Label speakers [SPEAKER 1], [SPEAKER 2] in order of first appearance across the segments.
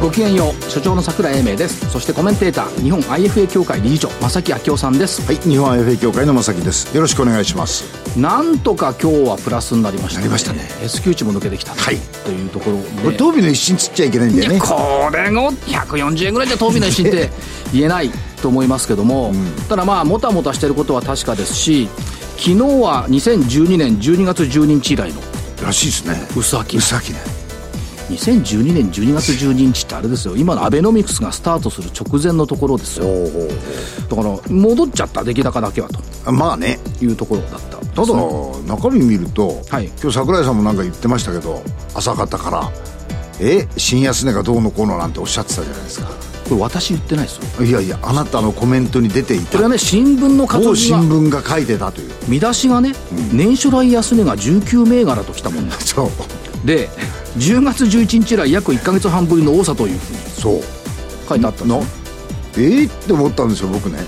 [SPEAKER 1] ごきげんよう所長の桜井英明ですそしてコメンテーター日本 IFA 協会理事長正木昭夫さんです
[SPEAKER 2] はい、日本 IFA 協会の正木です。よろしくお願いします。
[SPEAKER 1] なんとか今日はプラスになりました
[SPEAKER 2] なりましたね
[SPEAKER 1] S q 値も抜けてきた、
[SPEAKER 2] はい
[SPEAKER 1] というところ
[SPEAKER 2] これ、
[SPEAKER 1] で
[SPEAKER 2] 当日の一心つっちゃいけないんだよ
[SPEAKER 1] い
[SPEAKER 2] ね
[SPEAKER 1] や。これが140円ぐらいで飛びの一心って 言えないと思いますけども、ただまあもたもたしてることは確かですし昨日は2012年12月12日以来の
[SPEAKER 2] らしいですね。
[SPEAKER 1] 薄秋
[SPEAKER 2] うさきね。
[SPEAKER 1] 2012年12月12日ってあれですよ今のアベノミクスがスタートする直前のところですよだから戻っちゃった出来高だけはと
[SPEAKER 2] あまあね。
[SPEAKER 1] いうところだった
[SPEAKER 2] ただ、中身見ると、
[SPEAKER 1] はい
[SPEAKER 2] 今日桜井さんもなんか言ってましたけど、朝方から、え、新安値がどうのこうのなんておっしゃってたじゃないですか。
[SPEAKER 1] これ私言ってないですよ
[SPEAKER 2] いやいや、あなたのコメントに出てい
[SPEAKER 1] こ
[SPEAKER 2] た
[SPEAKER 1] れは、ね新聞の
[SPEAKER 2] 某
[SPEAKER 1] 活字
[SPEAKER 2] 新
[SPEAKER 1] が
[SPEAKER 2] 聞が書いてたという。
[SPEAKER 1] 見出しがね、年初来安値が19銘柄ときたもんだ
[SPEAKER 2] そう。
[SPEAKER 1] で10月11日以来約1か月半ぶりの多さというふうに
[SPEAKER 2] そう。
[SPEAKER 1] 書いてあったんです
[SPEAKER 2] の
[SPEAKER 1] よ、
[SPEAKER 2] えー、って思ったんですよ、僕ね。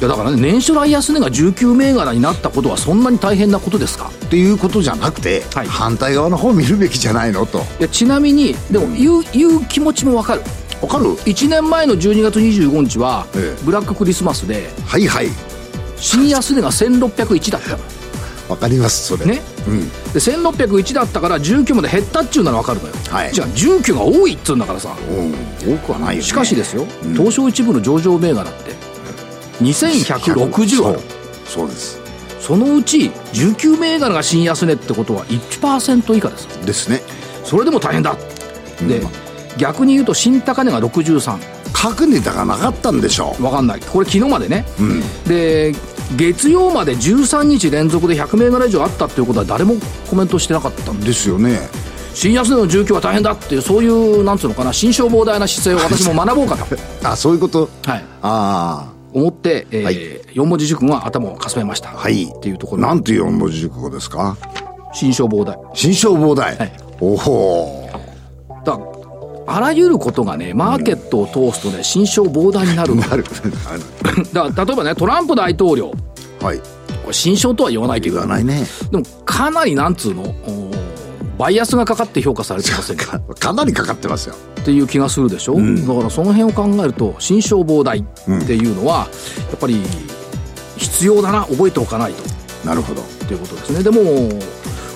[SPEAKER 1] いやだからね年初来安値が19銘柄になったことはそんなに大変なことですか
[SPEAKER 2] っていうことじゃなくて、
[SPEAKER 1] はい
[SPEAKER 2] 反対側の方を見るべきじゃないのと。
[SPEAKER 1] いやちなみにでも言う,、言う気持ちもわかる
[SPEAKER 2] わかる
[SPEAKER 1] 1年前の12月25日は、
[SPEAKER 2] ええ
[SPEAKER 1] ブラッククリスマスで
[SPEAKER 2] はいはい。
[SPEAKER 1] 新安値が1601だったのよ
[SPEAKER 2] わかりますそれ
[SPEAKER 1] ね
[SPEAKER 2] うん
[SPEAKER 1] で1601だったから19まで減ったっちゅうなら分かるのよ、
[SPEAKER 2] はい
[SPEAKER 1] じゃあ19が多いっつうんだからさ
[SPEAKER 2] うん多くはないよ、ね、
[SPEAKER 1] しかしですよ、
[SPEAKER 2] うん
[SPEAKER 1] 東証一部の上場銘柄って2160あ
[SPEAKER 2] そ
[SPEAKER 1] る
[SPEAKER 2] うそうです
[SPEAKER 1] そのうち19銘柄が新安値ってことは1%以下です
[SPEAKER 2] ですね
[SPEAKER 1] それでも大変だ、で
[SPEAKER 2] うん
[SPEAKER 1] 逆に言うと新高値が63
[SPEAKER 2] 核ネタがなかったんでしょ
[SPEAKER 1] わかんないこれ昨日までね、
[SPEAKER 2] ううん
[SPEAKER 1] で月曜まで13日連続で100銘柄以上あったっていうことは誰もコメントしてなかったんで
[SPEAKER 2] ですよね
[SPEAKER 1] 新安値の住居は大変だっていうそういうなんつうのかな心象膨大な姿勢を私も学ぼうか と、
[SPEAKER 2] あそういうこと
[SPEAKER 1] はい、
[SPEAKER 2] あ
[SPEAKER 1] 思って、えー
[SPEAKER 2] はい
[SPEAKER 1] 四文字熟語は頭をかすめました、
[SPEAKER 2] あはい
[SPEAKER 1] っていうところ
[SPEAKER 2] なんていう四文字熟語ですか
[SPEAKER 1] 心象膨大
[SPEAKER 2] 新消防大、
[SPEAKER 1] はい
[SPEAKER 2] おほ
[SPEAKER 1] だあらゆることがねマーケットを通すとね心象膨大になる
[SPEAKER 2] う
[SPEAKER 1] の
[SPEAKER 2] なる
[SPEAKER 1] だから例えばねトランプ大統領
[SPEAKER 2] はい
[SPEAKER 1] これ心象とは言わないけ
[SPEAKER 2] 言
[SPEAKER 1] ど
[SPEAKER 2] わないね
[SPEAKER 1] でもかなりなんつうのおバイアスがかかって評価されてませんか
[SPEAKER 2] かかなりかかってますよ
[SPEAKER 1] っていう気がするでしょ、だからその辺を考えると心象膨大っていうのはやっぱり必要だな覚えておかないと
[SPEAKER 2] なるほど
[SPEAKER 1] っていうことですねでも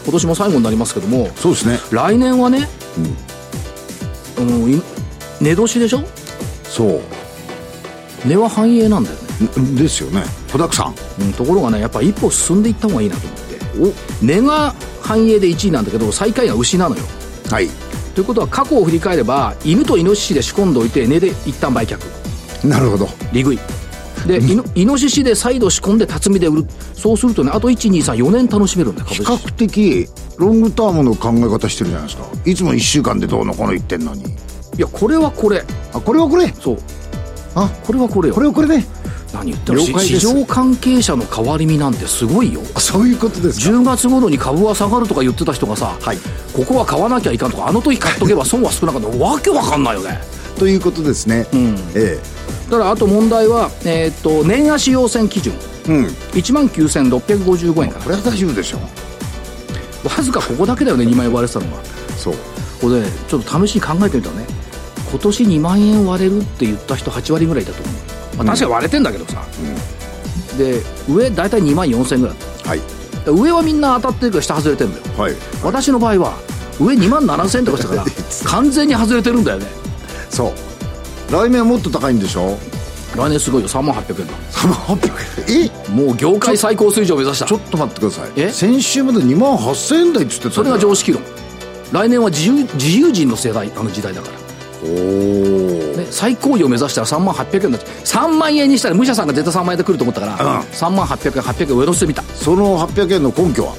[SPEAKER 1] 今年も最後になりますけども
[SPEAKER 2] そうですね
[SPEAKER 1] 来年はね、うん、い寝年でしょ
[SPEAKER 2] そう
[SPEAKER 1] 寝は繁栄なんだよね、
[SPEAKER 2] んですよね子だくさん
[SPEAKER 1] うん、ところがねやっぱ一歩進んでいった方がいいなと思って寝が繁栄で1位なんだけど最下位が牛なのよ
[SPEAKER 2] はい
[SPEAKER 1] ということは過去を振り返れば犬とイノシシで仕込んでおいて寝で一旦売却
[SPEAKER 2] なるほど
[SPEAKER 1] 利食いでイノイノシシで再度仕込んで辰巳で売るそうするとねあと1234年楽しめるんだよ
[SPEAKER 2] 比
[SPEAKER 1] 株
[SPEAKER 2] 較
[SPEAKER 1] 式
[SPEAKER 2] 的ロングタームの考え方してるじゃないですかいつも1週間でどうのこうの言ってんのに
[SPEAKER 1] いやこれはこれ
[SPEAKER 2] あこれはこれ
[SPEAKER 1] そう
[SPEAKER 2] あ
[SPEAKER 1] これはこれよ
[SPEAKER 2] これはこれね
[SPEAKER 1] 何言ってる
[SPEAKER 2] 了解
[SPEAKER 1] 市
[SPEAKER 2] です
[SPEAKER 1] 場関係者の変わり身なんてすごいよ
[SPEAKER 2] あそういうことですか
[SPEAKER 1] 10月頃に株は下がるとか言ってた人がさ、
[SPEAKER 2] はい
[SPEAKER 1] ここは買わなきゃいかんとかあの時買っとけば損は少なかったわけわかんないよね
[SPEAKER 2] ということですね、
[SPEAKER 1] ん
[SPEAKER 2] え
[SPEAKER 1] だからあと問題は、えーっと年足要線基準
[SPEAKER 2] えうん
[SPEAKER 1] 1万9655円か
[SPEAKER 2] これは大丈夫でしょ
[SPEAKER 1] なわずかここだけだよね2万円割れてたのが
[SPEAKER 2] そう
[SPEAKER 1] これねちょっと試しに考えてみたらね今年2万円割れるって言った人8割ぐらいだと思う、まあ、確かに割れてんだけどさ、で上大体2万4000円ぐらいだっ
[SPEAKER 2] はい
[SPEAKER 1] たで上はみんな当たってるけど下外れてるんだよ
[SPEAKER 2] はい
[SPEAKER 1] 私の場合は上2万7000円とか したから完全に外れてるんだよね
[SPEAKER 2] そう来年はもっと高いんでしょ
[SPEAKER 1] 来年すごいよ3万800円だ
[SPEAKER 2] 3800円え
[SPEAKER 1] もう業界最高水準を目指した
[SPEAKER 2] ちょっと待ってください
[SPEAKER 1] え
[SPEAKER 2] 先週まで2万8000円台っつってた
[SPEAKER 1] それが
[SPEAKER 2] 上
[SPEAKER 1] 常識論来年は自由自由人の世代あの時代だから
[SPEAKER 2] おー
[SPEAKER 1] ね、最高位を目指したら3万800円だって3万円にしたら武者さんが絶対3万円で来ると思ったから、
[SPEAKER 2] うん
[SPEAKER 1] 3万800円800円上乗せてみた
[SPEAKER 2] その800円の根拠は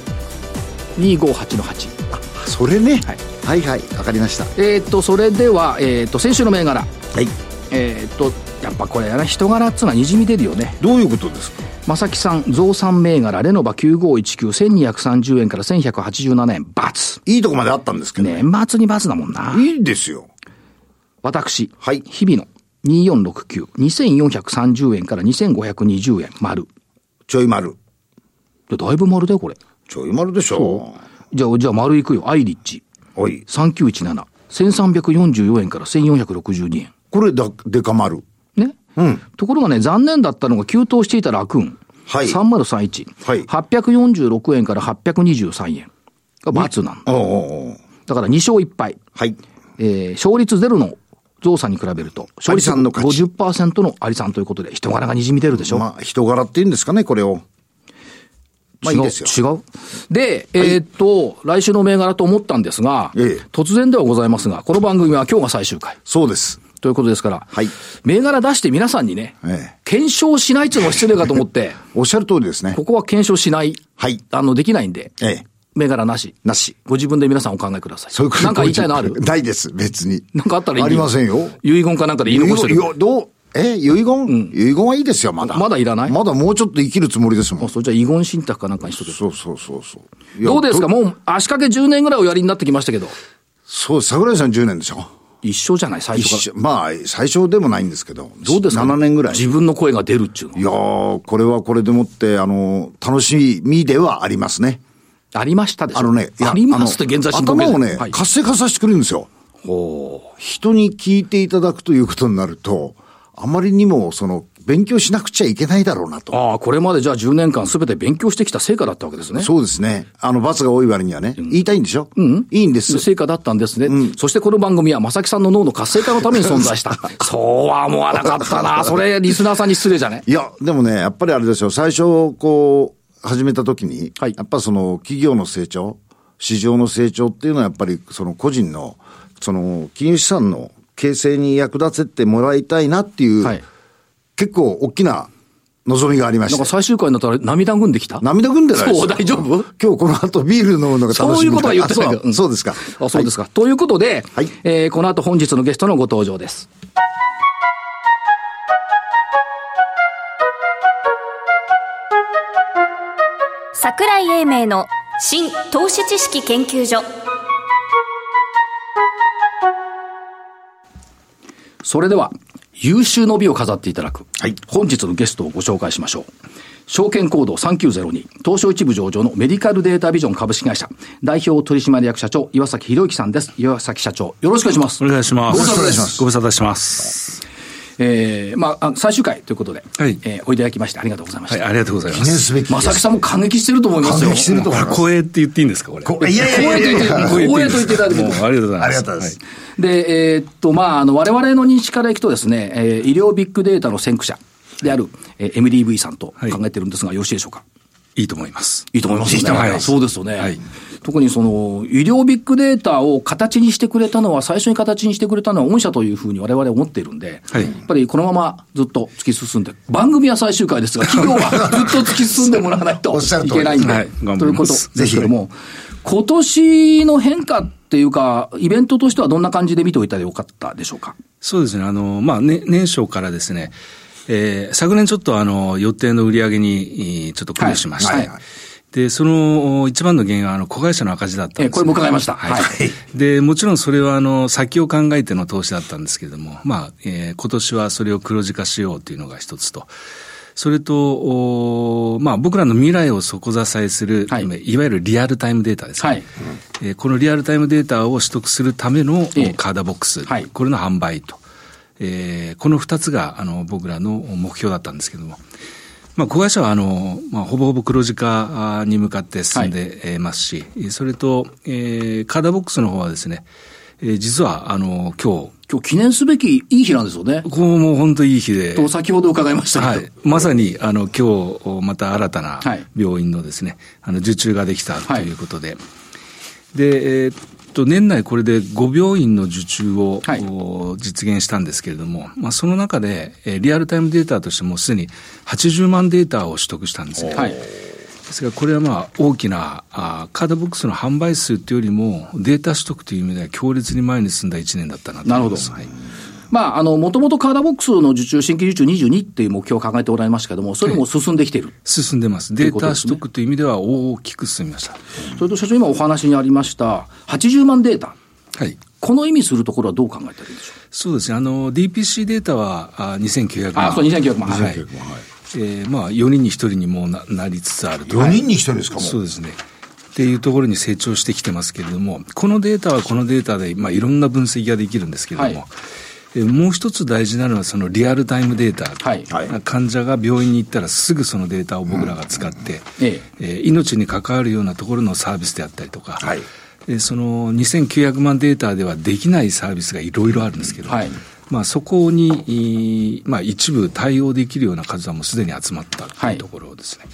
[SPEAKER 1] 258の8
[SPEAKER 2] それね、
[SPEAKER 1] はい
[SPEAKER 2] はいはいわかりました
[SPEAKER 1] えーっとそれでは、えーっと先週の銘柄
[SPEAKER 2] はい
[SPEAKER 1] えーっとやっぱこれやな人柄っつうのはにじみ出るよね
[SPEAKER 2] どういうことですか
[SPEAKER 1] 正木さん増産銘柄レノバ95191230円から1187円×
[SPEAKER 2] いいとこまであったんですけど、ね、
[SPEAKER 1] 年末に×だもんない
[SPEAKER 2] いですよ。
[SPEAKER 1] 私、
[SPEAKER 2] はい
[SPEAKER 1] 日々の2469、2430円から2520円、丸。
[SPEAKER 2] ちょい丸。
[SPEAKER 1] いやだいぶ丸だよ、これ。
[SPEAKER 2] ちょい丸でしょ。
[SPEAKER 1] じゃあ、じゃあ丸いくよ。アイリッチ。
[SPEAKER 2] おい。
[SPEAKER 1] 3917。1344円から1462円。
[SPEAKER 2] これだ、デカ丸。
[SPEAKER 1] ね。ところがね、残念だったのが、急騰していた楽運。
[SPEAKER 2] はい
[SPEAKER 1] 3031。
[SPEAKER 2] はい
[SPEAKER 1] 846円から823円。が×なの。
[SPEAKER 2] おうおうおう
[SPEAKER 1] だから2勝1敗。
[SPEAKER 2] はい。
[SPEAKER 1] えー勝率ゼロの増産に比べると、勝率
[SPEAKER 2] アリさんの勝ち
[SPEAKER 1] 50%のアリさんということで、人柄がにじみ出るでしょ。
[SPEAKER 2] まあ、人柄っていうんですかね、これを。まあ、いいですよ。
[SPEAKER 1] 違う。違うで、えーっと、来週の銘柄と思ったんですが、
[SPEAKER 2] ええ
[SPEAKER 1] 突然ではございますが、この番組は今日が最終回
[SPEAKER 2] そうです。
[SPEAKER 1] ということですから、
[SPEAKER 2] はい
[SPEAKER 1] 銘柄出して皆さんにね、
[SPEAKER 2] ええ
[SPEAKER 1] 検証しないっていうのが失礼かと思っ て、
[SPEAKER 2] おっしゃる通りですね
[SPEAKER 1] こ。こは検証しない、
[SPEAKER 2] はい
[SPEAKER 1] あの、できないんで、
[SPEAKER 2] ええ。
[SPEAKER 1] 銘柄なし。
[SPEAKER 2] なし。
[SPEAKER 1] ご自分で皆さんお考えください。
[SPEAKER 2] そういうこと
[SPEAKER 1] なんか言いたいのある
[SPEAKER 2] ないです、別に。
[SPEAKER 1] なんかあったらいい
[SPEAKER 2] ありませんよ。
[SPEAKER 1] 遺言かなんかで言い残してる
[SPEAKER 2] 遺。言どうえ遺言、遺言はいいですよ、まだ。
[SPEAKER 1] まだいらない
[SPEAKER 2] まだもうちょっと生きるつもりですもん。
[SPEAKER 1] それじゃあ遺言信託かなんかにしとけ
[SPEAKER 2] そうそうそうそう。いや
[SPEAKER 1] どうですか
[SPEAKER 2] ど
[SPEAKER 1] もう足掛け10年ぐらいおやりになってきましたけど。
[SPEAKER 2] そう、桜井さん10年でしょ。
[SPEAKER 1] 一緒じゃない最
[SPEAKER 2] 一
[SPEAKER 1] 初か
[SPEAKER 2] 緒まあ、最初でもないんですけど。
[SPEAKER 1] ら。どうですか
[SPEAKER 2] ?7 年ぐらい。い
[SPEAKER 1] 自分の声が出るっていうの。
[SPEAKER 2] やー、これはこれでもって、あの、楽しみではありますね。
[SPEAKER 1] ありましたでしょ
[SPEAKER 2] あのね、いや
[SPEAKER 1] ありますって
[SPEAKER 2] あの
[SPEAKER 1] 現在進行形
[SPEAKER 2] 頭
[SPEAKER 1] で
[SPEAKER 2] をね、
[SPEAKER 1] はい
[SPEAKER 2] 活性化させてくれるんですよ。
[SPEAKER 1] ほ
[SPEAKER 2] 人に聞いていただくということになると、あまりにも、その、勉強しなくちゃいけないだろうな
[SPEAKER 1] う
[SPEAKER 2] と。
[SPEAKER 1] ああ、これまでじゃあ10年間すべて勉強してきた成果だったわけですね。
[SPEAKER 2] そうですね。あの、罰が多い割にはね、言いたいんでしょうん。いいんです。
[SPEAKER 1] 成果だったんですね。そしてこの番組は正木さんの脳の活性化のために存在した。 そうは思わなかったな。 それ、リスナーさんに失礼じゃね
[SPEAKER 2] いや、でもね、やっぱりあれですよ、最初、こう、始めた時に、
[SPEAKER 1] はい
[SPEAKER 2] やっぱその、企業の成長、市場の成長っていうのは、やっぱり、その、個人の、その、金融資産の形成に役立ててもらいたいなっていう、
[SPEAKER 1] はい
[SPEAKER 2] 結構大きな望みがありまし
[SPEAKER 1] なんか
[SPEAKER 2] た。
[SPEAKER 1] 最終回になったら涙ぐんできた
[SPEAKER 2] 涙ぐんでないですよ
[SPEAKER 1] そう大丈夫
[SPEAKER 2] 今日この後ビール飲むのが楽しみ
[SPEAKER 1] そういうことは言ってないけど
[SPEAKER 2] あそうそうですか。
[SPEAKER 1] あ、そうですか。ということで、
[SPEAKER 2] はい
[SPEAKER 1] えーこの後本日のゲストのご登場です。
[SPEAKER 3] 桜井英明の新投資知識研究所
[SPEAKER 1] それでは、優秀の美を飾っていただく、
[SPEAKER 2] はい
[SPEAKER 1] 本日のゲストをご紹介しましょう。証券コード3902、東証一部上場のメディカルデータビジョン株式会社、代表取締役社長、岩崎博之さんです。岩崎社長、よろしくお願いします。
[SPEAKER 4] お願いします。
[SPEAKER 1] ご無沙汰です。
[SPEAKER 4] ご無沙汰します。
[SPEAKER 1] えー、まああ、最終回ということで、
[SPEAKER 4] はい
[SPEAKER 1] えーおいでいただきましてありがとうございまし
[SPEAKER 4] はい、
[SPEAKER 1] た。
[SPEAKER 4] ありがとうございま
[SPEAKER 2] 記念
[SPEAKER 4] す。
[SPEAKER 2] すべき。
[SPEAKER 1] まさきさんも感激してると思いますよ。
[SPEAKER 2] 感激してると思います。
[SPEAKER 4] 光栄って言っていいんですか、これ。
[SPEAKER 2] こいやい
[SPEAKER 1] 光栄と言っていい
[SPEAKER 4] 光栄
[SPEAKER 1] 光栄と言っていただけて
[SPEAKER 4] もうありがとうございます。
[SPEAKER 2] ありがとうございます
[SPEAKER 4] は。
[SPEAKER 1] で、えーっと、まあ、あの、我々の認識からいくとですね、えー医療ビッグデータの先駆者である、えー MDV さんと
[SPEAKER 4] はい
[SPEAKER 1] 考えてるんですが、よろしいでしょうか。
[SPEAKER 4] いいと思います。
[SPEAKER 1] いいと思いますよね。
[SPEAKER 4] はい
[SPEAKER 1] そうですよね。
[SPEAKER 4] はい
[SPEAKER 1] 特にその、医療ビッグデータを形にしてくれたのは、最初に形にしてくれたのは御社というふうに我々は思っているんで、
[SPEAKER 4] はい
[SPEAKER 1] やっぱりこのままずっと突き進んで、番組は最終回ですが、企業はずっと突き進んでもらわないと
[SPEAKER 2] おっしゃる
[SPEAKER 1] い
[SPEAKER 2] 通り
[SPEAKER 1] けないんで、
[SPEAKER 4] はい頑
[SPEAKER 1] と
[SPEAKER 4] 張
[SPEAKER 1] い
[SPEAKER 4] り
[SPEAKER 1] うこ
[SPEAKER 4] ま
[SPEAKER 1] とですすけども、今年の変化っていうか、イベントとしてはどんな感じで見ておいたらよかったでしょうか。
[SPEAKER 4] そうですね、あの、まあ、ね、年初からですね、えー昨年ちょっとあの、予定の売り上げに、えーちょっと苦慮しまして、
[SPEAKER 1] はいはい
[SPEAKER 4] で、その、一番の原因は、あの、子会社の赤字だったんです、
[SPEAKER 1] えこれも伺いました。はい。
[SPEAKER 4] で、もちろんそれは、あの、先を考えての投資だったんですけれども、まあ、えー今年はそれを黒字化しようというのが一つと、それと、おまあ、僕らの未来を底支えする、
[SPEAKER 1] はい
[SPEAKER 4] い、わゆるリアルタイムデータですね。
[SPEAKER 1] はい
[SPEAKER 4] えーこのリアルタイムデータを取得するための、
[SPEAKER 1] ええ
[SPEAKER 4] カーダボックス、
[SPEAKER 1] はい
[SPEAKER 4] これの販売と。えーこの2つがあの僕らの目標だったんですけども、まあ、子会社はあの、まあ、ほぼほぼ黒字化あーに向かって進んでえーますし、えーそれと、えーカーダボックスの方はですね、えー実はあの今
[SPEAKER 1] 今日記念すべきいい日なんですよね
[SPEAKER 4] 日、。ここも本当いい日で、
[SPEAKER 1] と先ほど伺いました
[SPEAKER 4] は
[SPEAKER 1] けど。
[SPEAKER 4] い、まさにあの今日また新たな
[SPEAKER 1] はい
[SPEAKER 4] 病院のですね、あの受注ができたと
[SPEAKER 1] はい
[SPEAKER 4] いうことで、で、えーっと年内これで5病院の受注を、
[SPEAKER 1] はい
[SPEAKER 4] お実現したんですけれども、まあ、その中で、えーリアルタイムデータとしてもうすでに80万データを取得したんですね。
[SPEAKER 1] はい。
[SPEAKER 4] ですがこれはまあ大きなあーカードボックスの販売数というよりもデータ取得という意味では強烈に前に進んだ1年だったなと
[SPEAKER 1] なる
[SPEAKER 4] 思
[SPEAKER 1] ほ
[SPEAKER 4] い
[SPEAKER 1] ど
[SPEAKER 4] ます。はい
[SPEAKER 1] まあ、あの、もともとカーダボックスの受注、新規受注22っていう目標を掲げておられましたけども、それも進んできている。
[SPEAKER 4] 進んでます。
[SPEAKER 1] とい
[SPEAKER 4] デ
[SPEAKER 1] う
[SPEAKER 4] ー
[SPEAKER 1] こと
[SPEAKER 4] タ
[SPEAKER 1] ですね
[SPEAKER 4] 取得という意味では大きく進みました。
[SPEAKER 1] それと社長、今お話にありました、80万データ。
[SPEAKER 4] はい。
[SPEAKER 1] この意味するところはどう考えたらいいでしょ
[SPEAKER 4] そうですね。あの、DPC データはあ2900万。
[SPEAKER 1] あそう2900万
[SPEAKER 4] はい。
[SPEAKER 1] 2900
[SPEAKER 4] えーまあ、4人に1人にもうななりつつあると。
[SPEAKER 5] 4人に1人ですか、も
[SPEAKER 4] そう
[SPEAKER 5] う。
[SPEAKER 4] ですね。っていうところに成長してきてますけれども、このデータはこのデータで、まあ、いろんな分析ができるんですけれども、
[SPEAKER 1] はい
[SPEAKER 4] えもう一つ大事なのは、そのリアルタイムデータ、
[SPEAKER 1] はい
[SPEAKER 4] 患者が病院に行ったらすぐそのデータを僕らが使って、
[SPEAKER 1] え
[SPEAKER 4] えー命に関わるようなところのサービスであったりとか、
[SPEAKER 5] はい
[SPEAKER 4] えーその2900万データではできないサービスがいろいろあるんですけど、
[SPEAKER 1] はい
[SPEAKER 4] まあ、そこに、いまあ、一部対応できるような数はもうすでに集まったと
[SPEAKER 1] はいいう
[SPEAKER 4] ところですね。
[SPEAKER 1] う。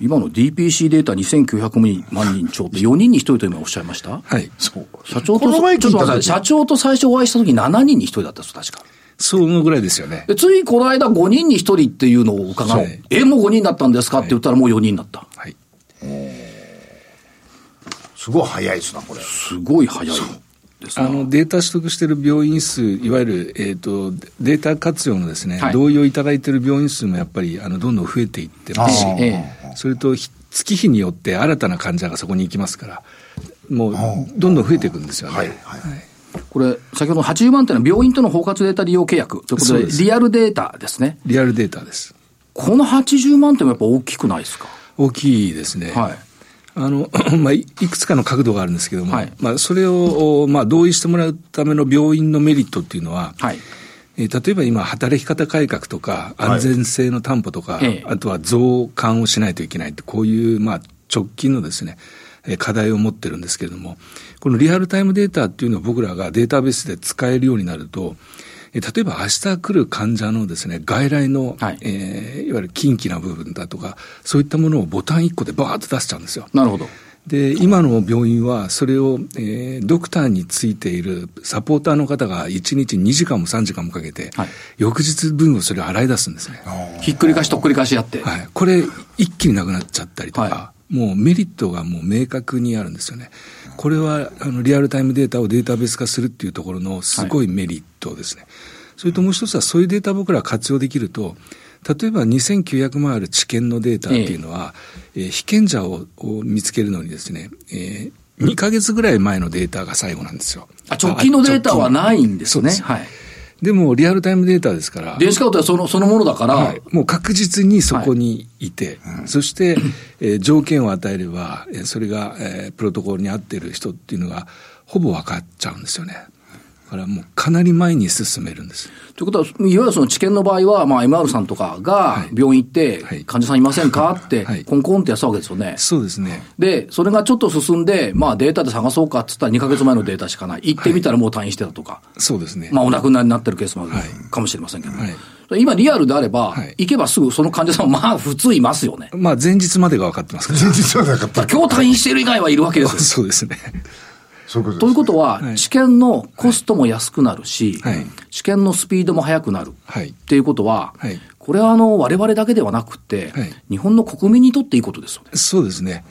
[SPEAKER 1] 今の DPC データ2900万人超って4人に1人と今おっしゃいました
[SPEAKER 4] はい
[SPEAKER 5] そう。
[SPEAKER 1] 社長と、
[SPEAKER 5] この前聞いた
[SPEAKER 1] ちょ
[SPEAKER 5] 時
[SPEAKER 1] っと待ってください社長と最初お会いした時7人に1人だったんですよ、確か。
[SPEAKER 4] そのぐらいですよね。
[SPEAKER 1] でついこの間5人に1人っていうのを伺
[SPEAKER 4] そう
[SPEAKER 1] う。え、もう5人だったんですかって言ったらもう4人になった。
[SPEAKER 4] はい。
[SPEAKER 5] すごい早いですな、これ。
[SPEAKER 1] すごい早いです
[SPEAKER 4] あ
[SPEAKER 1] ね。
[SPEAKER 4] のデータ取得している病院数、いわゆる、えー、とデータ活用のです、ね
[SPEAKER 1] はい
[SPEAKER 4] 同意をいただいている病院数もやっぱりあのどんどん増えていってますし
[SPEAKER 5] あ、
[SPEAKER 1] ええ
[SPEAKER 4] それとひ月日によって新たな患者がそこに行きますから、もうどんどん増えていくんですよね。
[SPEAKER 5] はい、はい。
[SPEAKER 1] これ、先ほどの80万というのは病院との包括データ利用契約ということ
[SPEAKER 4] そう
[SPEAKER 1] で、
[SPEAKER 4] です
[SPEAKER 1] リアルデータですね。
[SPEAKER 4] リアルデータです。
[SPEAKER 1] この80万ってもやっぱ大きくないですか
[SPEAKER 4] 大きいですね。
[SPEAKER 1] はい
[SPEAKER 4] あの まあ、いいくつかの角度があるんですけども、
[SPEAKER 1] はい
[SPEAKER 4] まあ、それを、まあ、同意してもらうための病院のメリットっていうのは、
[SPEAKER 1] はい。
[SPEAKER 4] えー例えば今、働き方改革とか、安全性の担保とか、
[SPEAKER 1] ええ
[SPEAKER 4] あとは増刊をしないといけないって、こういう、まあ、直近のですね、えー課題を持ってるんですけれども、このリアルタイムデータっていうのを僕らがデータベースで使えるようになると、えー例えば明日来る患者のですね、外来の、
[SPEAKER 1] はい
[SPEAKER 4] いえーいわゆる近畿な部分だとか、そういったものをボタン1個でバーッと出しちゃうんですよ。
[SPEAKER 1] なるほど。
[SPEAKER 4] で今の病院はそれを、えードクターについているサポーターの方が1日2時間も3時間もかけて、
[SPEAKER 1] はい
[SPEAKER 4] 翌日分をそれを洗い出すんですね、
[SPEAKER 1] ひっくり返しとっくり返しやって。
[SPEAKER 4] はい、これ一気になくなっちゃったりとか、
[SPEAKER 1] は
[SPEAKER 4] もうメリットがもう明確にあるんですよねこれはあのリアルタイムデータをデータベース化するっていうところのすごいメリットですね、それともう一つはそういうデータを僕ら活用できると例えば2900万ある治験のデータっていうのはというのは、えー被験者をを見つけるのにですね、えー、2ヶ月ぐらい前のデータが最後なんですよ。
[SPEAKER 1] あ直近のデータはないんですね。
[SPEAKER 4] そう
[SPEAKER 1] はい。
[SPEAKER 4] でも、リアルタイムデータですから、
[SPEAKER 1] デスカウトはそのそのものだから、
[SPEAKER 4] はいもう確実にそこにいて、そして、えー条件を与えれば、えーそれが、えープロトコルに合ってる人っていうのが、ほぼ分かっちゃうんですよね。だからもうかなり前に進めるんです。
[SPEAKER 1] ということは、いわゆるその治験の場合は、まあ、MR さんとかが病院行って、
[SPEAKER 4] はい
[SPEAKER 1] 患者さんいませんかって
[SPEAKER 4] は、い
[SPEAKER 1] コンコンってやってたわけですよね。
[SPEAKER 4] そうですね。
[SPEAKER 1] で、それがちょっと進んで、まあ、データで探そうかっつったら2ヶ月前のデータしかない。行ってみたらもう退院してたとか、
[SPEAKER 4] そうですね。
[SPEAKER 1] まあ、お亡くなりになってるケースもある
[SPEAKER 4] はい
[SPEAKER 1] かもしれませんけど、
[SPEAKER 4] はい
[SPEAKER 1] 今、リアルであれば、
[SPEAKER 4] はい
[SPEAKER 1] 行けばすぐその患者さん、まあ、普通いますよね。
[SPEAKER 4] まあ、前日までが分かってますから。
[SPEAKER 5] 全然そうなかった。
[SPEAKER 1] 今日退院している以外はいるわけですよ。
[SPEAKER 4] そうですね。
[SPEAKER 5] そういうことです。
[SPEAKER 1] ということは、
[SPEAKER 4] はい
[SPEAKER 1] 治験のコストも安くなるし、
[SPEAKER 4] はい
[SPEAKER 1] 治験のスピードも速くなる。
[SPEAKER 4] はい。
[SPEAKER 1] っていうことは、
[SPEAKER 4] はい
[SPEAKER 1] これはあの我々だけではなくて、
[SPEAKER 4] はい
[SPEAKER 1] 日本の国民にとっていいことですよね。
[SPEAKER 4] そうですね。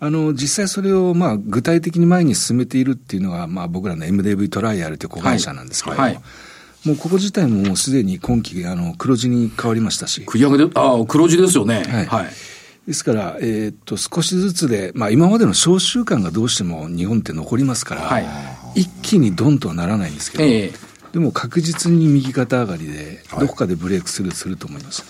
[SPEAKER 4] あの、実際それを、まあ、具体的に前に進めているっていうのが、まあ、僕らの MDV トライアルという子会社なんですけれども、
[SPEAKER 1] はいはい
[SPEAKER 4] もうここ自体ももうすでに今期、あの、黒字に変わりましたし、
[SPEAKER 1] 繰り上げで、ああ、黒字ですよね。
[SPEAKER 4] はい
[SPEAKER 1] はい。
[SPEAKER 4] ですから、えーっと、少しずつで、まあ、今までの小習慣がどうしても日本って残りますから、
[SPEAKER 1] はい
[SPEAKER 4] 一気にドンとはならないんですけど、
[SPEAKER 1] ええ
[SPEAKER 4] でも確実に右肩上がりで、どこかでブレイクする、すると思います。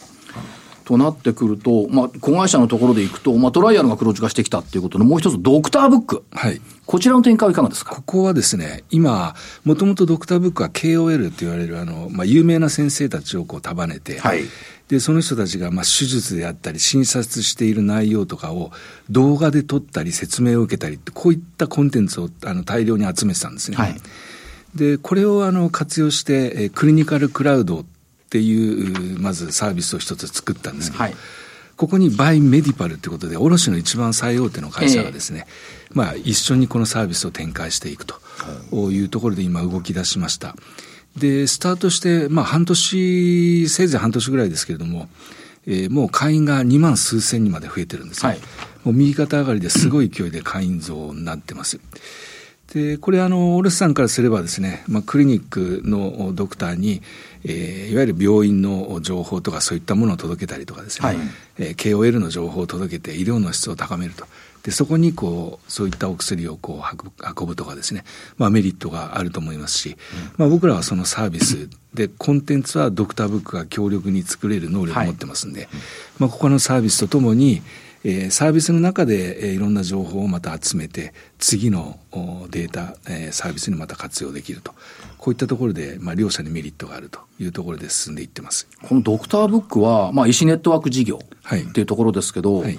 [SPEAKER 1] となってくると、まあ、子会社のところでいくと、まあ、トライアルが黒字化してきたっていうことの、もう一つ、ドクターブック。
[SPEAKER 4] はい。
[SPEAKER 1] こちらの展開はいかがですか
[SPEAKER 4] ここはですね、今、もともとドクターブックは KOL と言われる、あの、まあ、有名な先生たちをこう束ねて、
[SPEAKER 5] はい
[SPEAKER 4] で、その人たちが、まあ、手術であったり、診察している内容とかを動画で撮ったり、説明を受けたりって、こういったコンテンツをあの大量に集めてたんですね。
[SPEAKER 1] はい
[SPEAKER 4] で、これをあの活用して、えークリニカルクラウドっていう、うまずサービスを一つ作ったんですけど、
[SPEAKER 1] はい
[SPEAKER 4] ここにバイメディパルということで、卸の一番最大手の会社がですね、まあ、一緒にこのサービスを展開していくというところで今動き出しました。で、スタートして、まあ、半年、せいぜい半年ぐらいですけれども、えーもう会員が2万数千にまで増えてるんですね。
[SPEAKER 1] はい
[SPEAKER 4] もう右肩上がりですごい勢いで会員増になってます。でこれあの、オレスさんからすればですね、まあ、クリニックのドクターに、えーいわゆる病院の情報とかそういったものを届けたりとかですね、
[SPEAKER 1] はい
[SPEAKER 4] えー KOL の情報を届けて医療の質を高めると。でそこにこうそういったお薬をこう運ぶ運ぶとかですね、まあ、メリットがあると思いますし、まあ、僕らはそのサービスでコンテンツはドクターブックが強力に作れる能力を持ってますんで、まあ、ここのサービスとともに、えーサービスの中で、えーいろんな情報をまた集めて次のおデータ、えーサービスにまた活用できるとこういったところで、まあ、両者にメリットがあるというところで進んでいってます。
[SPEAKER 1] このドクターブックは、まあ、医師ネットワーク事業
[SPEAKER 4] はい
[SPEAKER 1] っていうところですけど、
[SPEAKER 4] はい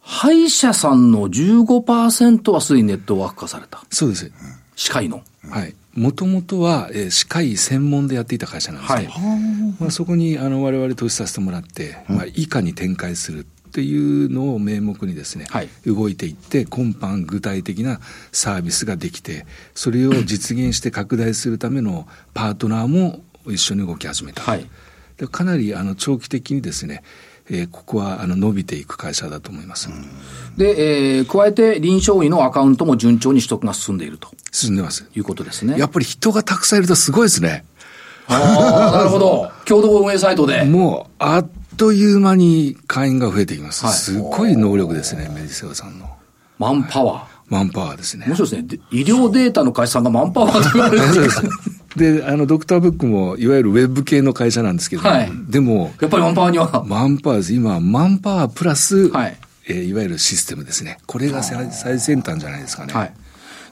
[SPEAKER 1] 歯医者さんの15%はすでにネットワーク化された。
[SPEAKER 4] そうです、
[SPEAKER 1] 歯科医の。
[SPEAKER 4] はい。もともとは、えー歯科医専門でやっていた会社なんですね。まあ、そこに、あの、我々投資させてもらって、まあ、以下に展開する。っていうのを名目にですね、
[SPEAKER 1] はい
[SPEAKER 4] 動いていって今般具体的なサービスができてそれを 実現して拡大するためのパートナーも一緒に動き始めた、
[SPEAKER 1] はい
[SPEAKER 4] でかなりあの長期的にですね、えーここはあの伸びていく会社だと思います、
[SPEAKER 1] で、えー加えて臨床医のアカウントも順調に取得が進んでいると
[SPEAKER 4] 進んでます
[SPEAKER 1] いうことですね。
[SPEAKER 4] やっぱり人がたくさんいるとすごいですね
[SPEAKER 1] あーなるほど。共同運営サイトで。
[SPEAKER 4] もう、あっという間に会員が増えていきます。
[SPEAKER 1] はい
[SPEAKER 4] すごい能力ですね、メディセオさんの。
[SPEAKER 1] マンパワ
[SPEAKER 4] マンパワーですね
[SPEAKER 1] ー。面。白いですね。で医療データの会社さんがマンパワーと言われ る
[SPEAKER 4] そうです。 で、あの、ドクターブックも、いわゆるウェブ系の会社なんですけど、
[SPEAKER 1] はい
[SPEAKER 4] でも、
[SPEAKER 1] やっぱりマンパワーには。
[SPEAKER 4] マンパワーです。今、マンパワープラス、
[SPEAKER 1] はい
[SPEAKER 4] えーいわゆるシステムですね。これが最最先端じゃないですかね。
[SPEAKER 1] はい。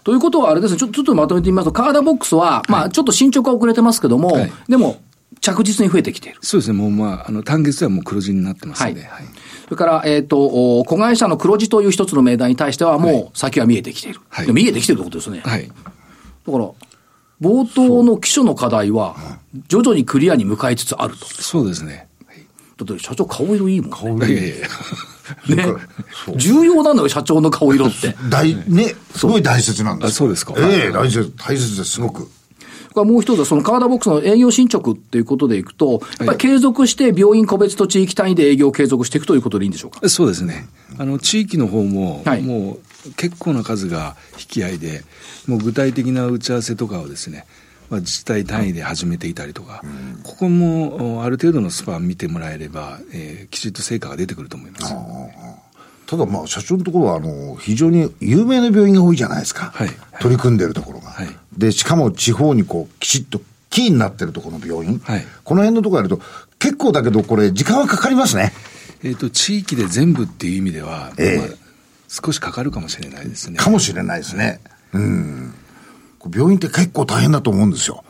[SPEAKER 1] ということはあれですね、ちょっとちょっとまとめてみますと、カーダボックスは、まあちょっと進捗は遅れてますけども、
[SPEAKER 4] はい
[SPEAKER 1] でも着実に増えてきている。
[SPEAKER 4] そうですね。もう、まあ、あの、単月ではもう黒字になってます
[SPEAKER 1] は
[SPEAKER 4] ん
[SPEAKER 1] い
[SPEAKER 4] で。はい。
[SPEAKER 1] それから、えっ、と、お子会社の黒字という一つの命題に対しては、もう先は見えてきている。
[SPEAKER 4] はい
[SPEAKER 1] でも見えてきてるってことですね。
[SPEAKER 4] はい。
[SPEAKER 1] だから、冒頭の基礎の課題は、徐々にクリアに向かいつつある
[SPEAKER 4] そうですね。はい
[SPEAKER 1] と。だって社長顔色いいもん、ね。
[SPEAKER 4] いやいやいや。
[SPEAKER 1] ね、重要なのよ、社長の顔色 って。
[SPEAKER 5] 大、ね、すごい大切なんですよ
[SPEAKER 4] あそうですか
[SPEAKER 5] ええ大切、大切です、すごく。
[SPEAKER 1] これはもう一つは、そのカーダボックスの営業進捗っていうことでいくと、やっぱり継続して病院個別と地域単位で営業を継続していくということでいいんでしょうか。
[SPEAKER 4] そうですね。あの、地域の方も、
[SPEAKER 1] はい
[SPEAKER 4] もう結構な数が引き合いで、もう具体的な打ち合わせとかをですね、まあ、自治体単位で始めていたりとか、ここもおある程度のスパン見てもらえれば、えーきちっと成果が出てくると思います。
[SPEAKER 5] ただまあ、社長のところは、あの、非常に有名な病院が多いじゃないですか。
[SPEAKER 4] はい
[SPEAKER 5] 取り組んでるところが。
[SPEAKER 4] はい
[SPEAKER 5] で、しかも地方にこう、きちっと、キーになってるところの病院。
[SPEAKER 4] はい
[SPEAKER 5] この辺のところやると、結構だけど、これ、時間はかかりますね。
[SPEAKER 4] えっ、と、地域で全部っていう意味では、
[SPEAKER 5] ええ
[SPEAKER 4] まあ少しかかるかもしれないですね。
[SPEAKER 5] かもしれないですね。うん。病院って結構大変だと思うんですよ。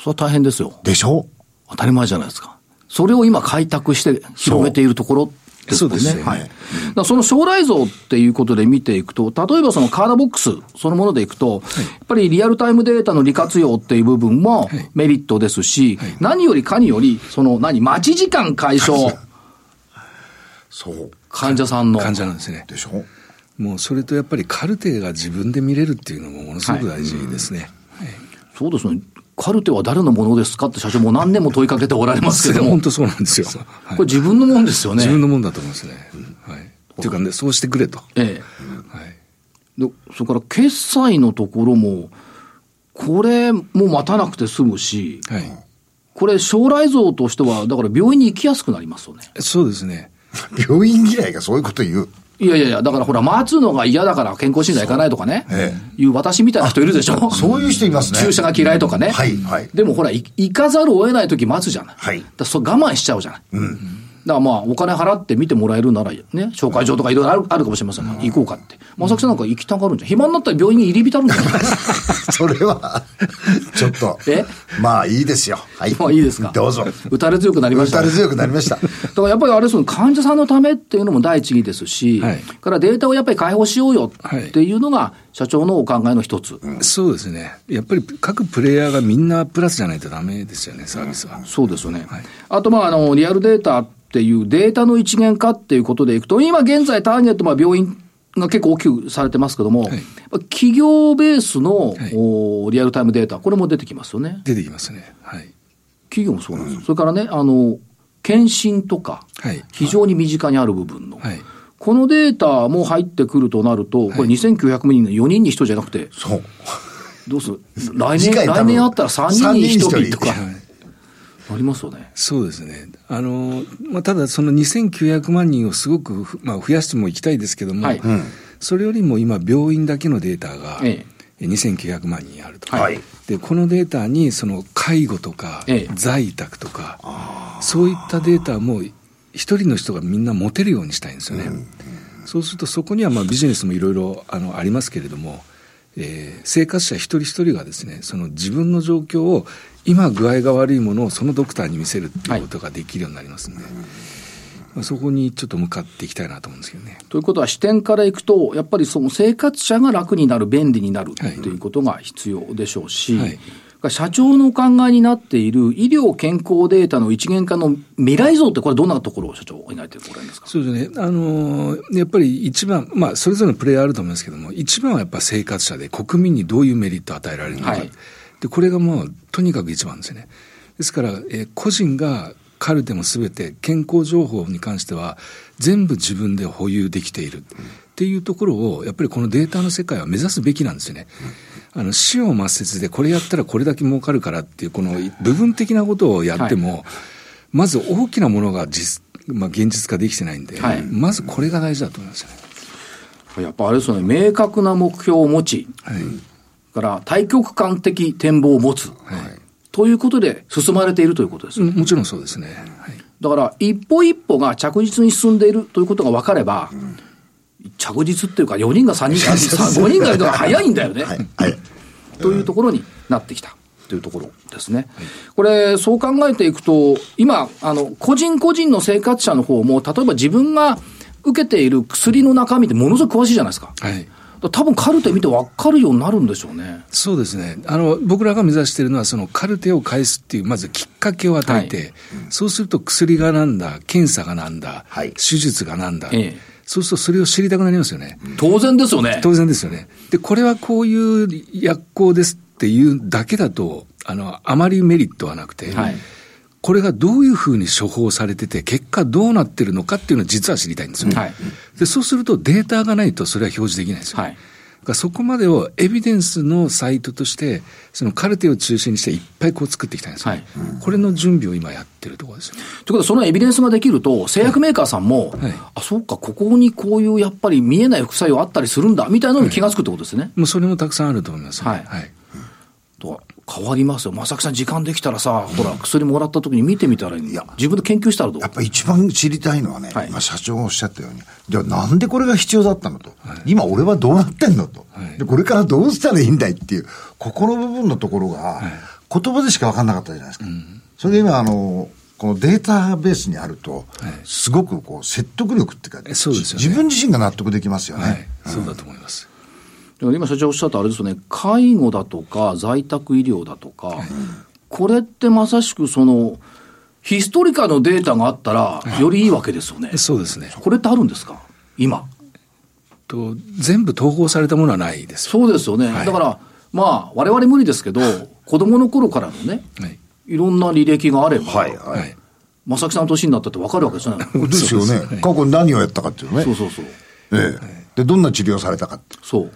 [SPEAKER 1] それは大変ですよ。
[SPEAKER 5] でしょ
[SPEAKER 1] 当たり前じゃないですか。それを今開拓して広めているところってこと
[SPEAKER 4] そうですよね
[SPEAKER 1] はい。だからその将来像っていうことで見ていくと、例えばそのカードボックスそのものでいくと、やっぱりリアルタイムデータの利活用っていう部分もメリットですし、何よりかにより、その何、待ち時間解消、
[SPEAKER 5] そう。
[SPEAKER 1] 患者さんの。
[SPEAKER 4] 患者なんですね。
[SPEAKER 5] でしょ
[SPEAKER 4] もうそれとやっぱりカルテが自分で見れるっていうのもものすごく大事ですね。
[SPEAKER 1] そうですね。カルテは誰のものですかって社長も何年も問いかけておられますけども
[SPEAKER 4] 本、当そうなんですよ。はい
[SPEAKER 1] これ自分のもんですよね。
[SPEAKER 4] 自分のもんだと思いますね。はい。っていうかね、そうしてくれと。は
[SPEAKER 1] ええ。
[SPEAKER 4] い。
[SPEAKER 1] でそれから決済のところも、これも待たなくて済むし、
[SPEAKER 4] はい。
[SPEAKER 1] これ将来像としては、だから病院に行きやすくなりますよね。
[SPEAKER 4] そうですね。
[SPEAKER 5] 病院嫌いがそういうこと言う。
[SPEAKER 1] いやいやいや、だからほら、待つのが嫌だから健康診断行かないとかね、いう私みたいな人いるでしょ。
[SPEAKER 5] そういう人いますね。
[SPEAKER 1] 注射が嫌いとかね。
[SPEAKER 5] はいはい
[SPEAKER 1] でもほら、い行かざるを得ない時待つじゃない。
[SPEAKER 5] はい
[SPEAKER 1] だからそう我慢しちゃうじゃない。だからまあ、お金払って見てもらえるなら、ね、紹介状とかいろいろあるあるかもしれませんが、行こうかって。まさきさんなんか行きたがるんじゃん。暇になったら病院に入り浸るんじゃない
[SPEAKER 5] それは、ちょっと。
[SPEAKER 1] え
[SPEAKER 5] まあいいですよ。はい。
[SPEAKER 1] まあいいですか。
[SPEAKER 5] どうぞ。
[SPEAKER 1] 打たれ強くなりま
[SPEAKER 5] 打
[SPEAKER 1] した
[SPEAKER 5] た
[SPEAKER 1] ね、
[SPEAKER 5] れ強くなりました。
[SPEAKER 1] だからやっぱりあれですよね患者さんのためっていうのも第一義ですし、
[SPEAKER 4] はい
[SPEAKER 1] からデータをやっぱり解放しようよっていうのが、社長のお考えの一つ、
[SPEAKER 4] そうですね。やっぱり各プレイヤーがみんなプラスじゃないとダメですよね、サービスは。
[SPEAKER 1] そうですよね、あとまああの、リアルデータっていう、データの一元化っていうことでいくと、今現在、ターゲット、まあ、病院が結構大きくされてますけども、
[SPEAKER 4] い
[SPEAKER 1] 企業ベースの、
[SPEAKER 4] い
[SPEAKER 1] おリアルタイムデータ、これも出てきますよね、
[SPEAKER 4] 出てきますね。はい。
[SPEAKER 1] 企業もそうなんですよ、それからねあの、検診とか、
[SPEAKER 4] はい
[SPEAKER 1] 非常に身近にある部分の、
[SPEAKER 4] はい
[SPEAKER 1] このデータも入ってくるとなると、これ2900人の4人に1人じゃなくて、
[SPEAKER 5] そう。
[SPEAKER 1] どうする来年、
[SPEAKER 5] 次回多
[SPEAKER 1] 来
[SPEAKER 5] 分
[SPEAKER 1] 年あったら3人に
[SPEAKER 5] 三人
[SPEAKER 1] 1
[SPEAKER 5] に
[SPEAKER 1] 人
[SPEAKER 5] 一人
[SPEAKER 1] とか、
[SPEAKER 4] はい
[SPEAKER 1] なりますよね。
[SPEAKER 4] そうですね。あの、まあ、ただその2900万人をすごくふ、まあ、増やしてもいきたいですけども、
[SPEAKER 1] はいうん
[SPEAKER 4] それよりも今病院だけのデータが、
[SPEAKER 1] え
[SPEAKER 4] 2900万人あると、
[SPEAKER 5] はい
[SPEAKER 4] でこのデータにその介護とか、
[SPEAKER 1] ええ
[SPEAKER 4] 在宅とかそういったデータも一人の人がみんな持てるようにしたいんですよね、そうするとそこにはまあビジネスもいろいろあのありますけれども、えー生活者一人一人がですねその自分の状況を今具合が悪いものをそのドクターに見せるっていうことができるようになりますんで、まあそこにちょっと向かっていきたいなと思うんですけどね
[SPEAKER 1] ということは視点からいくと、やっぱりその生活者が楽になる、便利になると
[SPEAKER 4] はい
[SPEAKER 1] いうことが必要でしょうし、
[SPEAKER 4] はい
[SPEAKER 1] 社長のお考えになっている医療健康データの一元化の未来像って、これ、どんなところを社長、描いておられますか
[SPEAKER 4] そうですね、あのーやっぱり一番、まあ、それぞれのプレイヤーあると思いますけども、一番はやっぱ生活者で、国民にどういうメリットを与えられるのか、
[SPEAKER 1] はい
[SPEAKER 4] でこれがもうとにかく一番ですよね。ですから、えー個人がカルテもすべて健康情報に関しては、全部自分で保有できているっていうところを、やっぱりこのデータの世界は目指すべきなんですよね。あの死を抹殺で、これやったらこれだけ儲かるからっていう、この部分的なことをやっても、まず大きなものが実、まあ、現実化できてないんで、
[SPEAKER 1] はい
[SPEAKER 4] まずこれが大事だと思いますよね。
[SPEAKER 1] やっぱあれですよね、明確な目標を持ち、
[SPEAKER 4] はい
[SPEAKER 1] から対極観的展望を持つ、ということで進まれているということです。
[SPEAKER 4] うんもちろんそうですね。はい
[SPEAKER 1] だから、一歩一歩が着実に進んでいるということが分かれば、着実っていうか、4人が3人 が、5人がいるのが早いんだよね。
[SPEAKER 5] はい。
[SPEAKER 1] というところになってきたというところですね。これ、そう考えていくと、今、あの、個人個人の生活者の方も、例えば自分が受けている薬の中身ってものすごく詳しいじゃないですか。
[SPEAKER 4] はい
[SPEAKER 1] だから多分カルテ見て分かるようになるんでしょうね。
[SPEAKER 4] そうですねあの僕らが目指しているのは、そのカルテを返すっていう、まずきっかけを与えて、
[SPEAKER 1] は
[SPEAKER 4] そうすると薬がなんだ、検査がなんだ、
[SPEAKER 5] はい
[SPEAKER 4] 手術がなんだ、
[SPEAKER 1] ええ
[SPEAKER 4] そうするとそれを知りたくなりますよね、
[SPEAKER 1] 当然ですよね。
[SPEAKER 4] 当然ですよね、でこれはこういう薬効ですっていうだけだと、あのあまりメリットはなくて、
[SPEAKER 1] はい
[SPEAKER 4] これがどういうふうに処方されてて、結果どうなってるのかっていうのを実は知りたいんですよね、
[SPEAKER 1] はい
[SPEAKER 4] でそうするとデータがないと、それは表示できないですよね。
[SPEAKER 1] はい
[SPEAKER 4] だからそこまでをエビデンスのサイトとして、そのカルテを中心にしていっぱいこう作っていきたいんですよ、ねこれの準備を今やってるところですよね。
[SPEAKER 1] ということで、そのエビデンスができると、製薬メーカーさんも、
[SPEAKER 4] はい
[SPEAKER 1] あ、そうか、ここにこういうやっぱり見えない副作用あったりするんだ、みたいなのに気がつくってことですね。
[SPEAKER 4] もうそれもたくさんあると思いますね、
[SPEAKER 1] はいと変わりますよ。まさきさん、時間できたらさ、ほら、薬もらった時に見てみたらいいの
[SPEAKER 5] いや
[SPEAKER 1] 自分で研究したらどう
[SPEAKER 5] やっぱ一番知りたいのはね、
[SPEAKER 1] はい
[SPEAKER 5] 今社長がおっしゃったように、じゃあなんでこれが必要だったのと、今俺はどうなってんのと、
[SPEAKER 4] はい
[SPEAKER 5] で、これからどうしたらいいんだいっていう、ここの部分のところが、言葉でしか分かんなかったじゃないですか。それで今、あの、このデータベースにあると、すごくこう説得力っていうか、
[SPEAKER 4] えそうですよね
[SPEAKER 5] じ自分自身が納得できますよね。
[SPEAKER 4] はい、はい、そうだと思います。
[SPEAKER 1] だから今、社長おっしゃったあれですよね、介護だとか、在宅医療だとか、これってまさしくその、ヒストリカのデータがあったら、よりいいわけですよね。
[SPEAKER 4] そうですね。
[SPEAKER 1] これってあるんですか今。
[SPEAKER 4] と全部統合されたものはないです。
[SPEAKER 1] そうですよね。
[SPEAKER 4] い
[SPEAKER 1] だから、まあ、我々無理ですけど、子供の頃からのね、
[SPEAKER 4] はい。
[SPEAKER 1] いろんな履歴があれば、
[SPEAKER 5] はい、はい。
[SPEAKER 4] はい。
[SPEAKER 1] 正木さんの年になったって分かるわけですよね。
[SPEAKER 5] ですよね。過去に何をやったかっていうね。
[SPEAKER 1] そうそうそう。
[SPEAKER 5] ええ。で、どんな治療をされたかって
[SPEAKER 1] そう。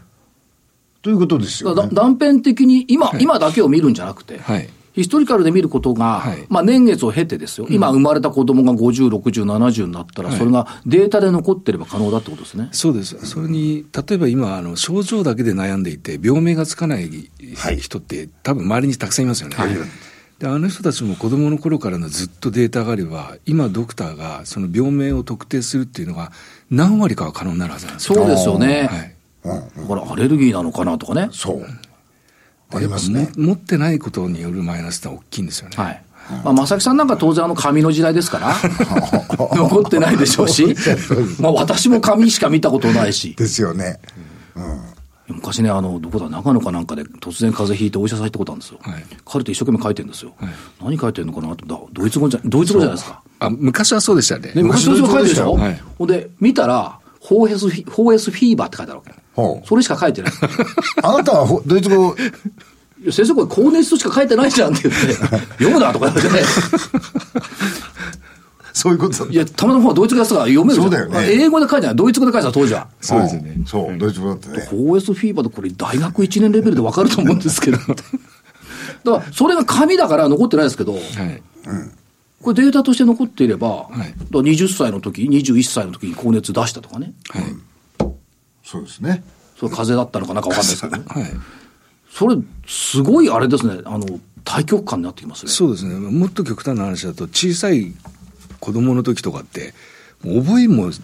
[SPEAKER 5] ということですよ、
[SPEAKER 1] だ
[SPEAKER 5] ね。
[SPEAKER 1] からだ断片的に今、今だけを見るんじゃなくて、
[SPEAKER 4] はい
[SPEAKER 1] ヒストリカルで見ることが、
[SPEAKER 4] はい
[SPEAKER 1] まあ年月を経てですよ、今生まれた子供が50、60、70になったら、
[SPEAKER 4] はい
[SPEAKER 1] それがデータで残ってれば可能だってことですね。
[SPEAKER 4] そうです。それに、例えば今、あの、症状だけで悩んでいて、病名がつかない人って、多分周りにたくさんいますよね。で、あの人たちも子供の頃からのずっとデータがあれば、今ドクターがその病名を特定するっていうのが、何割かは可能になるはずなんですよ。
[SPEAKER 1] そうですよね。
[SPEAKER 4] はい。
[SPEAKER 1] だからアレルギーなのかなとかね。
[SPEAKER 5] そう。あります
[SPEAKER 4] やっ
[SPEAKER 5] ね
[SPEAKER 4] ぱ。も持ってないことによるマイナスってのは大きいんですよね。
[SPEAKER 1] はい。まあ、正木さんなんか当然あの紙の時代です から、残ってないでしょうし、まあ私も紙しか見たことないし、
[SPEAKER 5] ですよね。
[SPEAKER 1] 昔ね、あの、どこだ、長野かなんかで突然風邪ひいてお医者さん行ったことあるんですよ。
[SPEAKER 4] はい
[SPEAKER 1] カルテ一生懸命書いてるんですよ。何書いてるのかなと思ったらドイツ語じゃ、ドイツ語じゃないですか。
[SPEAKER 4] あ、昔はそうでしたね。
[SPEAKER 1] で、昔の人が書いてるでしょ、
[SPEAKER 4] 昔の人はい
[SPEAKER 1] ほんで、見たら、ホーエスフィ、ホーエスフィーバーって書いてあるわけ。
[SPEAKER 5] ほう
[SPEAKER 1] それしか書いてない。
[SPEAKER 5] あなたはほドイツ語、
[SPEAKER 1] いや先生、これ高熱としか書いてないじゃんって言って、読むなとか言われて、
[SPEAKER 5] そういうことだっ
[SPEAKER 1] いや、たまたまほらドイツ語やってたから読めるじゃん
[SPEAKER 5] そうだよね
[SPEAKER 1] 英語で書いてない。ドイツ語で書いてた、当時は。
[SPEAKER 5] た。そうですね。そう、ドイツ語だったね。
[SPEAKER 1] OS フィーバーでこれ大学1年レベルで分かると思うんですけど。だから、それが紙だから残ってないですけど、
[SPEAKER 4] はい。
[SPEAKER 1] これデータとして残っていれば、
[SPEAKER 4] い
[SPEAKER 1] だから20歳の時、21歳の時に高熱出したとかね。
[SPEAKER 4] はい。
[SPEAKER 5] そうですね。
[SPEAKER 1] それ風邪だったのかなんか分かんないですけどね。
[SPEAKER 4] はい。
[SPEAKER 1] それ、すごいあれですね、あの、対極感になってきますね。
[SPEAKER 4] そうですね、もっと極端な話だと、小さい子供の時とかって、もう覚えもし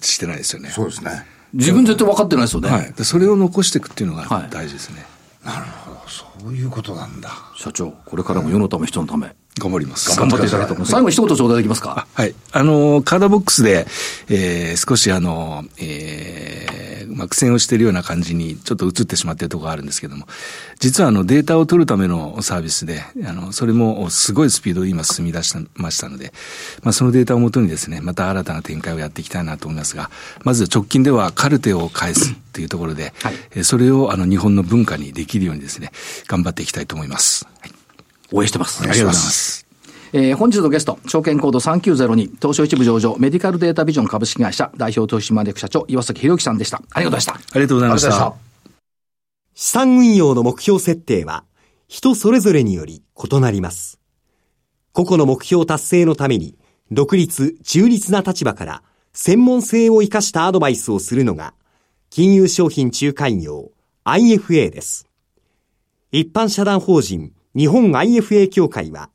[SPEAKER 4] してないですよね。
[SPEAKER 5] そうですね。
[SPEAKER 1] 自分絶対分かってないですよね。
[SPEAKER 4] はい、でそれを残していくっていうの
[SPEAKER 1] は
[SPEAKER 4] が
[SPEAKER 1] い
[SPEAKER 4] 大事ですね。
[SPEAKER 5] そういうことなんだ。
[SPEAKER 1] 社長、これからも世のため、人のため、
[SPEAKER 4] 頑張ります。
[SPEAKER 1] 頑張っていただきたいと思います。最後に一言頂戴できますか。
[SPEAKER 4] はい。あの、カードボックスで、えー少しあの、えーまあ、苦戦をしているような感じにちょっと映ってしまっているところがあるんですけども、実はあの、データを取るためのサービスで、あの、それもすごいスピードで今進み出したましたので、まあ、そのデータをもとにですね、また新たな展開をやっていきたいなと思いますが、まず直近ではカルテを返すというところで、えーそれをあの、日本の文化にできるようにですね、頑張っていきたいと思います。はい
[SPEAKER 1] 応援してます。
[SPEAKER 4] ありがとうございます。
[SPEAKER 1] えー本日のゲスト、証券コード3902、東証一部上場、メディカルデータビジョン株式会社、代表投資マネーク社長、岩崎博之さんでした。ありがとうございました。
[SPEAKER 4] ありがとうございまし
[SPEAKER 5] ありがとうございました
[SPEAKER 4] た。
[SPEAKER 6] 資産運用の目標設定は人それぞれにより異なります。個々の目標達成のために独立、中立な立場から専門性を生かしたアドバイスをするのが金融商品仲介業 IFA です。一般社団法人日本 IFA 協会は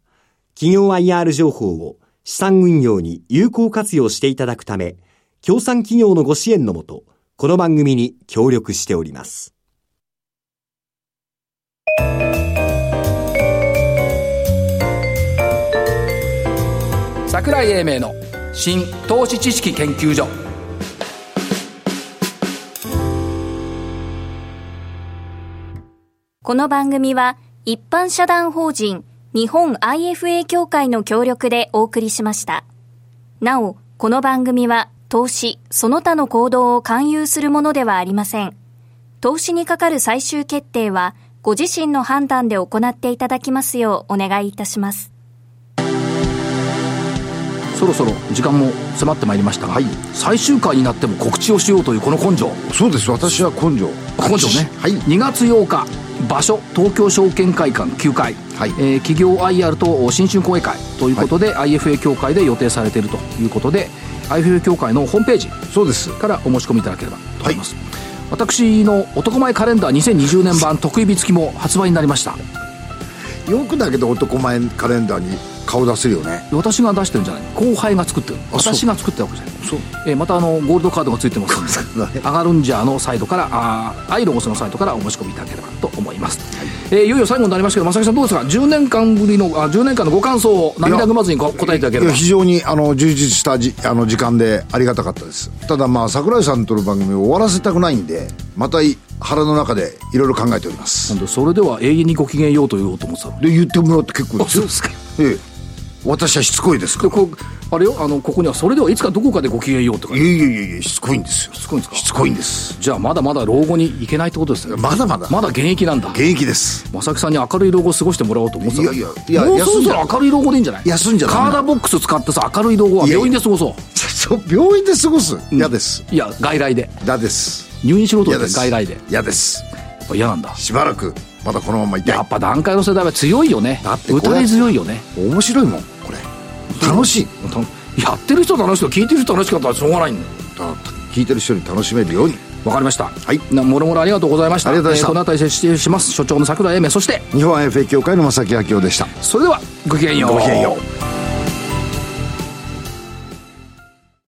[SPEAKER 6] 企業 IR 情報を資産運用に有効活用していただくため、協賛企業のご支援のもと、この番組に協力しております。
[SPEAKER 1] 桜井英明の新投資知識研究所
[SPEAKER 3] この番組は一般社団法人日本 IFA 協会の協力でお送りしました。なお、この番組は投資、その他の行動を勧誘するものではありません。投資にかかる最終決定はご自身の判断で行っていただきますようお願いいたします。
[SPEAKER 1] そろそろ時間も迫ってまいりましたが、最終回になっても告知をしようというこの根性
[SPEAKER 2] そうです私は根性
[SPEAKER 1] 根性ね、
[SPEAKER 2] はい
[SPEAKER 1] 2月8日場所東京証券会館9階、
[SPEAKER 2] はい
[SPEAKER 1] えー企業 IR と新春講演会ということで、IFA 協会で予定されているということで IFA 協会のホームページ
[SPEAKER 2] そうです
[SPEAKER 1] からお申し込みいただければと思います、私の男前カレンダー2020年版得意日付きも発売になりました
[SPEAKER 2] よくだけど男前カレンダーに顔出せるよね
[SPEAKER 1] 私が出してるんじゃない後輩が作ってる
[SPEAKER 2] あそう
[SPEAKER 1] 私が作ったわけじゃないえーまたあのゴールドカードがついてますのでアガルンジャーのサイトからあーアイロゴスのサイトからお申し込みいただければと思います、いえーいよいよ最後になりましたけど正木さんどうですか10年間ぶりのあ10年間のご感想を涙ぐまずにこ答えていただけ
[SPEAKER 2] い
[SPEAKER 1] れ
[SPEAKER 2] や
[SPEAKER 1] ば
[SPEAKER 2] 非常にあの充実したじあの時間でありがたかったですただまあ桜井さんとの番組を終わらせたくないんでまたい腹の中でいろいろ考えております
[SPEAKER 1] 本当それでは永遠にご機嫌ようと言おうと思ってたの
[SPEAKER 2] で言ってもらって結構ですよ
[SPEAKER 1] あそう
[SPEAKER 2] ええ私はしつこいです
[SPEAKER 1] で
[SPEAKER 2] から
[SPEAKER 1] こうあれよあのここにはそれではいつかどこかでご機嫌ようとか
[SPEAKER 2] いやいやいやいやしつこいんですよ
[SPEAKER 1] しつこいんですか
[SPEAKER 2] しつこいんです
[SPEAKER 1] じゃあまだまだ老後に行けないってことですね
[SPEAKER 2] まだまだ
[SPEAKER 1] まだ現役なんだ
[SPEAKER 2] 現役です
[SPEAKER 1] 正木さんに明るい老後を過ごしてもらおうと思ってたの
[SPEAKER 2] いやいやいや
[SPEAKER 1] もうそろそろ
[SPEAKER 2] 休んじゃ
[SPEAKER 1] 明るい老後でいいんじゃない
[SPEAKER 2] 休んじゃダメ
[SPEAKER 1] カ
[SPEAKER 2] な
[SPEAKER 1] ーダボックス使ってさ明るい老後はい
[SPEAKER 2] やいや
[SPEAKER 1] 病院で過ごそう
[SPEAKER 2] そう病院で過ごす嫌です
[SPEAKER 1] いや外来で
[SPEAKER 2] 嫌です
[SPEAKER 1] 入院しろと
[SPEAKER 2] 嫌
[SPEAKER 1] だって
[SPEAKER 2] です
[SPEAKER 1] 外来でや
[SPEAKER 2] 嫌です
[SPEAKER 1] っぱ嫌なんだ
[SPEAKER 2] しばらくまだこのままいたい
[SPEAKER 1] やっぱ段階の世代は強いよね
[SPEAKER 2] だってこれ
[SPEAKER 1] 歌い強いよね
[SPEAKER 2] 面白いもんこれ楽しい
[SPEAKER 1] たやってる人楽しい人聞いてる人楽しかったらしょうがないんだよ
[SPEAKER 2] だ聞いてる人に楽しめるように
[SPEAKER 1] わかりました
[SPEAKER 2] い
[SPEAKER 1] なもろもろありがとうございました
[SPEAKER 2] ありがとうござい
[SPEAKER 1] えー
[SPEAKER 2] ました
[SPEAKER 1] この辺りで失礼します所長の桜井英明そして
[SPEAKER 2] 日本 FA 協会の正木明夫でした
[SPEAKER 1] それではごきげんよう
[SPEAKER 2] ごきげんよう